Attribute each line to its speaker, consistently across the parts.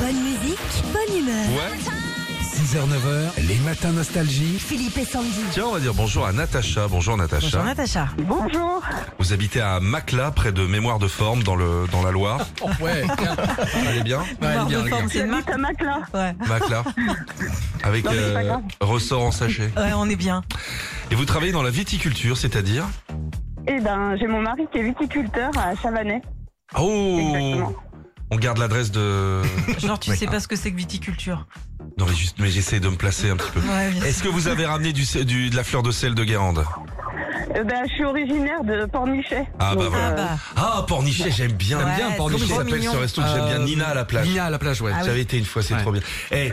Speaker 1: Bonne musique, bonne humeur.
Speaker 2: Ouais.
Speaker 3: 6h, 9h, les matins nostalgie.
Speaker 1: Philippe et Sandy.
Speaker 2: Tiens, on va dire bonjour à Natacha. Bonjour Natacha.
Speaker 4: Bonjour Natacha.
Speaker 5: Bonjour.
Speaker 2: Vous habitez à Macla, près de Mémoire de Forme, dans, le, dans la Loire.
Speaker 3: ouais,
Speaker 2: Vous allez bien
Speaker 4: Mort
Speaker 3: bien,
Speaker 4: de forme, c'est une marque.
Speaker 5: J'habite à Macla.
Speaker 4: Ouais.
Speaker 2: Macla. Avec
Speaker 5: Non, mais c'est pas
Speaker 2: euh,
Speaker 5: grave.
Speaker 2: ressort en sachet.
Speaker 4: Ouais, on est bien.
Speaker 2: Et vous travaillez dans la viticulture, c'est-à-dire
Speaker 5: Eh ben, j'ai mon mari qui est viticulteur à Chavanais.
Speaker 2: Oh
Speaker 5: Exactement.
Speaker 2: On garde l'adresse de.
Speaker 4: Genre, tu sais pas ce que c'est que viticulture.
Speaker 2: Non, mais juste, mais j'essaie de me placer un petit peu.
Speaker 4: Ouais, bien
Speaker 2: Est-ce que vous avez ramené du, sel- du- de la fleur de sel de Guérande
Speaker 5: Eh ben, je suis originaire de Pornichet.
Speaker 2: Ah, bah
Speaker 5: Donc, euh,
Speaker 2: voilà.
Speaker 4: Ah bah,
Speaker 2: Ah, Pornichet, j'aime bien.
Speaker 4: Ouais,
Speaker 3: bien,
Speaker 4: c'est
Speaker 3: Pornichet.
Speaker 2: Comment
Speaker 4: trop
Speaker 2: s'appelle
Speaker 4: mignon.
Speaker 2: ce resto que j'aime bien
Speaker 3: Euh,
Speaker 2: Nina à la plage.
Speaker 3: Nina à la plage, ouais.
Speaker 4: Ah oui.
Speaker 2: J'avais été une fois, c'est
Speaker 3: Ouais.
Speaker 2: trop bien. Eh,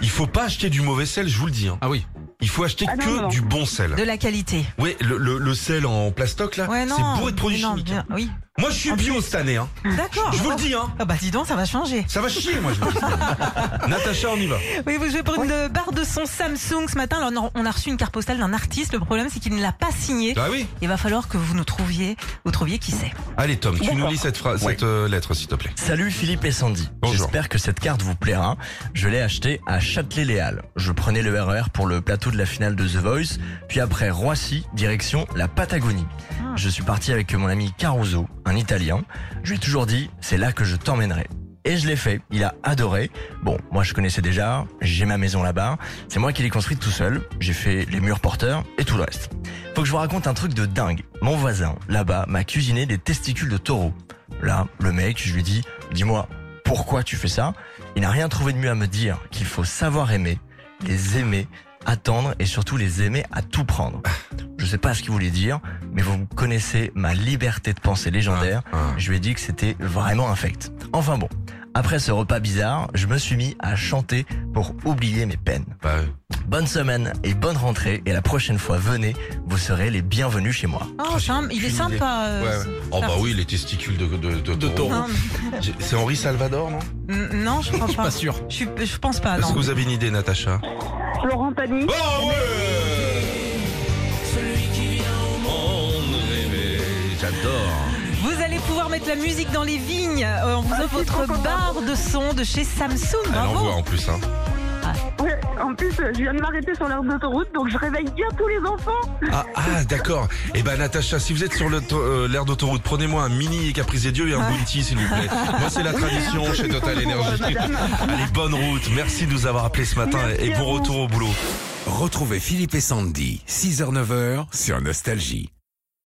Speaker 2: il faut pas acheter du mauvais sel, je vous le dis. hein.
Speaker 3: Ah oui.
Speaker 2: Il faut acheter
Speaker 5: Ah non,
Speaker 2: que
Speaker 5: non, non.
Speaker 2: du bon sel.
Speaker 4: de la qualité.
Speaker 2: Ouais, le, le, le sel en plastoc là,
Speaker 4: Ouais, non.
Speaker 2: c'est bourré de produits
Speaker 4: mais non,
Speaker 2: chimiques. hein.
Speaker 4: bien, Oui.
Speaker 2: Moi je suis
Speaker 4: En
Speaker 2: bio cette année, hein.
Speaker 4: D'accord.
Speaker 2: je vous le dis, hein.
Speaker 4: Ah bah dis donc, ça va changer.
Speaker 2: ça va chier moi je vous le dis. hein. Natacha on y va.
Speaker 4: Oui, vous jouez pour une euh, barre de son Samsung ce matin. Alors, on a- on a reçu une carte postale d'un artiste. Le problème, c'est qu'il ne l'a pas signée.
Speaker 2: Ah oui
Speaker 4: Il va falloir que vous nous trouviez, vous trouviez qui c'est.
Speaker 2: Allez Tom, tu nous lis cette, phrase,
Speaker 6: Ouais.
Speaker 2: cette euh, lettre s'il te plaît.
Speaker 6: Salut Philippe et Sandy.
Speaker 2: Bonjour.
Speaker 6: J'espère que cette carte vous plaira. Je l'ai achetée à Châtelet-Léal. Je prenais le RER pour le plateau de la finale de The Voice, puis après Roissy, direction la Patagonie.
Speaker 4: Ah.
Speaker 6: Je suis parti avec mon ami Caruso, un Italien. Je lui ai toujours dit, c'est là que je t'emmènerai. Et je l'ai fait, il a adoré. Bon, moi je connaissais déjà, j'ai ma maison là-bas, c'est moi qui l'ai construite tout seul, j'ai fait les murs porteurs et tout le reste. Faut que je vous raconte un truc de dingue. Mon voisin, là-bas, m'a cuisiné des testicules de taureau. Là, le mec, je lui dis, dis-moi, pourquoi tu fais ça Il n'a rien trouvé de mieux à me dire qu'il faut savoir aimer, les aimer, attendre et surtout les aimer à tout prendre. Je sais pas ce qu'il voulait dire, mais vous connaissez ma liberté de pensée légendaire.
Speaker 2: Ah.
Speaker 6: Je lui ai dit que c'était vraiment infect. Enfin bon, après ce repas bizarre, je me suis mis à chanter pour oublier mes peines.
Speaker 2: Bah, euh,
Speaker 6: Bonne semaine et bonne rentrée, et la prochaine fois venez, vous serez les bienvenus chez moi.
Speaker 4: Oh,
Speaker 2: j'ai
Speaker 4: sympa. il est
Speaker 2: aucune
Speaker 4: sympa.
Speaker 2: ouais,
Speaker 4: euh,
Speaker 2: ouais. Oh bah oui les testicules de, de, de, taureau.
Speaker 4: Non,
Speaker 2: J'ai- C'est Henri Salvador non
Speaker 4: mais- n- non, je crois pas.
Speaker 3: Pas sûr.
Speaker 4: Je, suis- je pense pas,
Speaker 2: Est-ce
Speaker 4: non.
Speaker 2: que vous avez une idée Natacha
Speaker 5: Florent Pagny.
Speaker 2: Oh ouais J'adore.
Speaker 4: Vous allez pouvoir mettre la musique dans les vignes. Euh, on vous offre
Speaker 5: je suis trop
Speaker 4: votre
Speaker 5: contente.
Speaker 4: barre de son de chez Samsung.
Speaker 2: Elle envoie
Speaker 4: Bravo.
Speaker 2: en plus. Hein. Oh
Speaker 5: Ouais, en plus, euh, je viens de m'arrêter sur l'aire d'autoroute, donc je réveille bien tous les enfants.
Speaker 2: Ah, ah, d'accord. Eh ben Natacha, si vous êtes sur l'auto- euh, l'aire d'autoroute, prenez-moi un mini caprice des dieux et un bounty s'il vous plaît. Moi c'est la tradition chez Total Energy. Allez, bonne route. Merci de nous avoir appelés ce matin
Speaker 5: Merci
Speaker 2: et
Speaker 5: à
Speaker 2: bon
Speaker 5: vous.
Speaker 2: retour au boulot.
Speaker 3: Retrouvez Philippe et Sandy, 6h, 9h sur Nostalgie.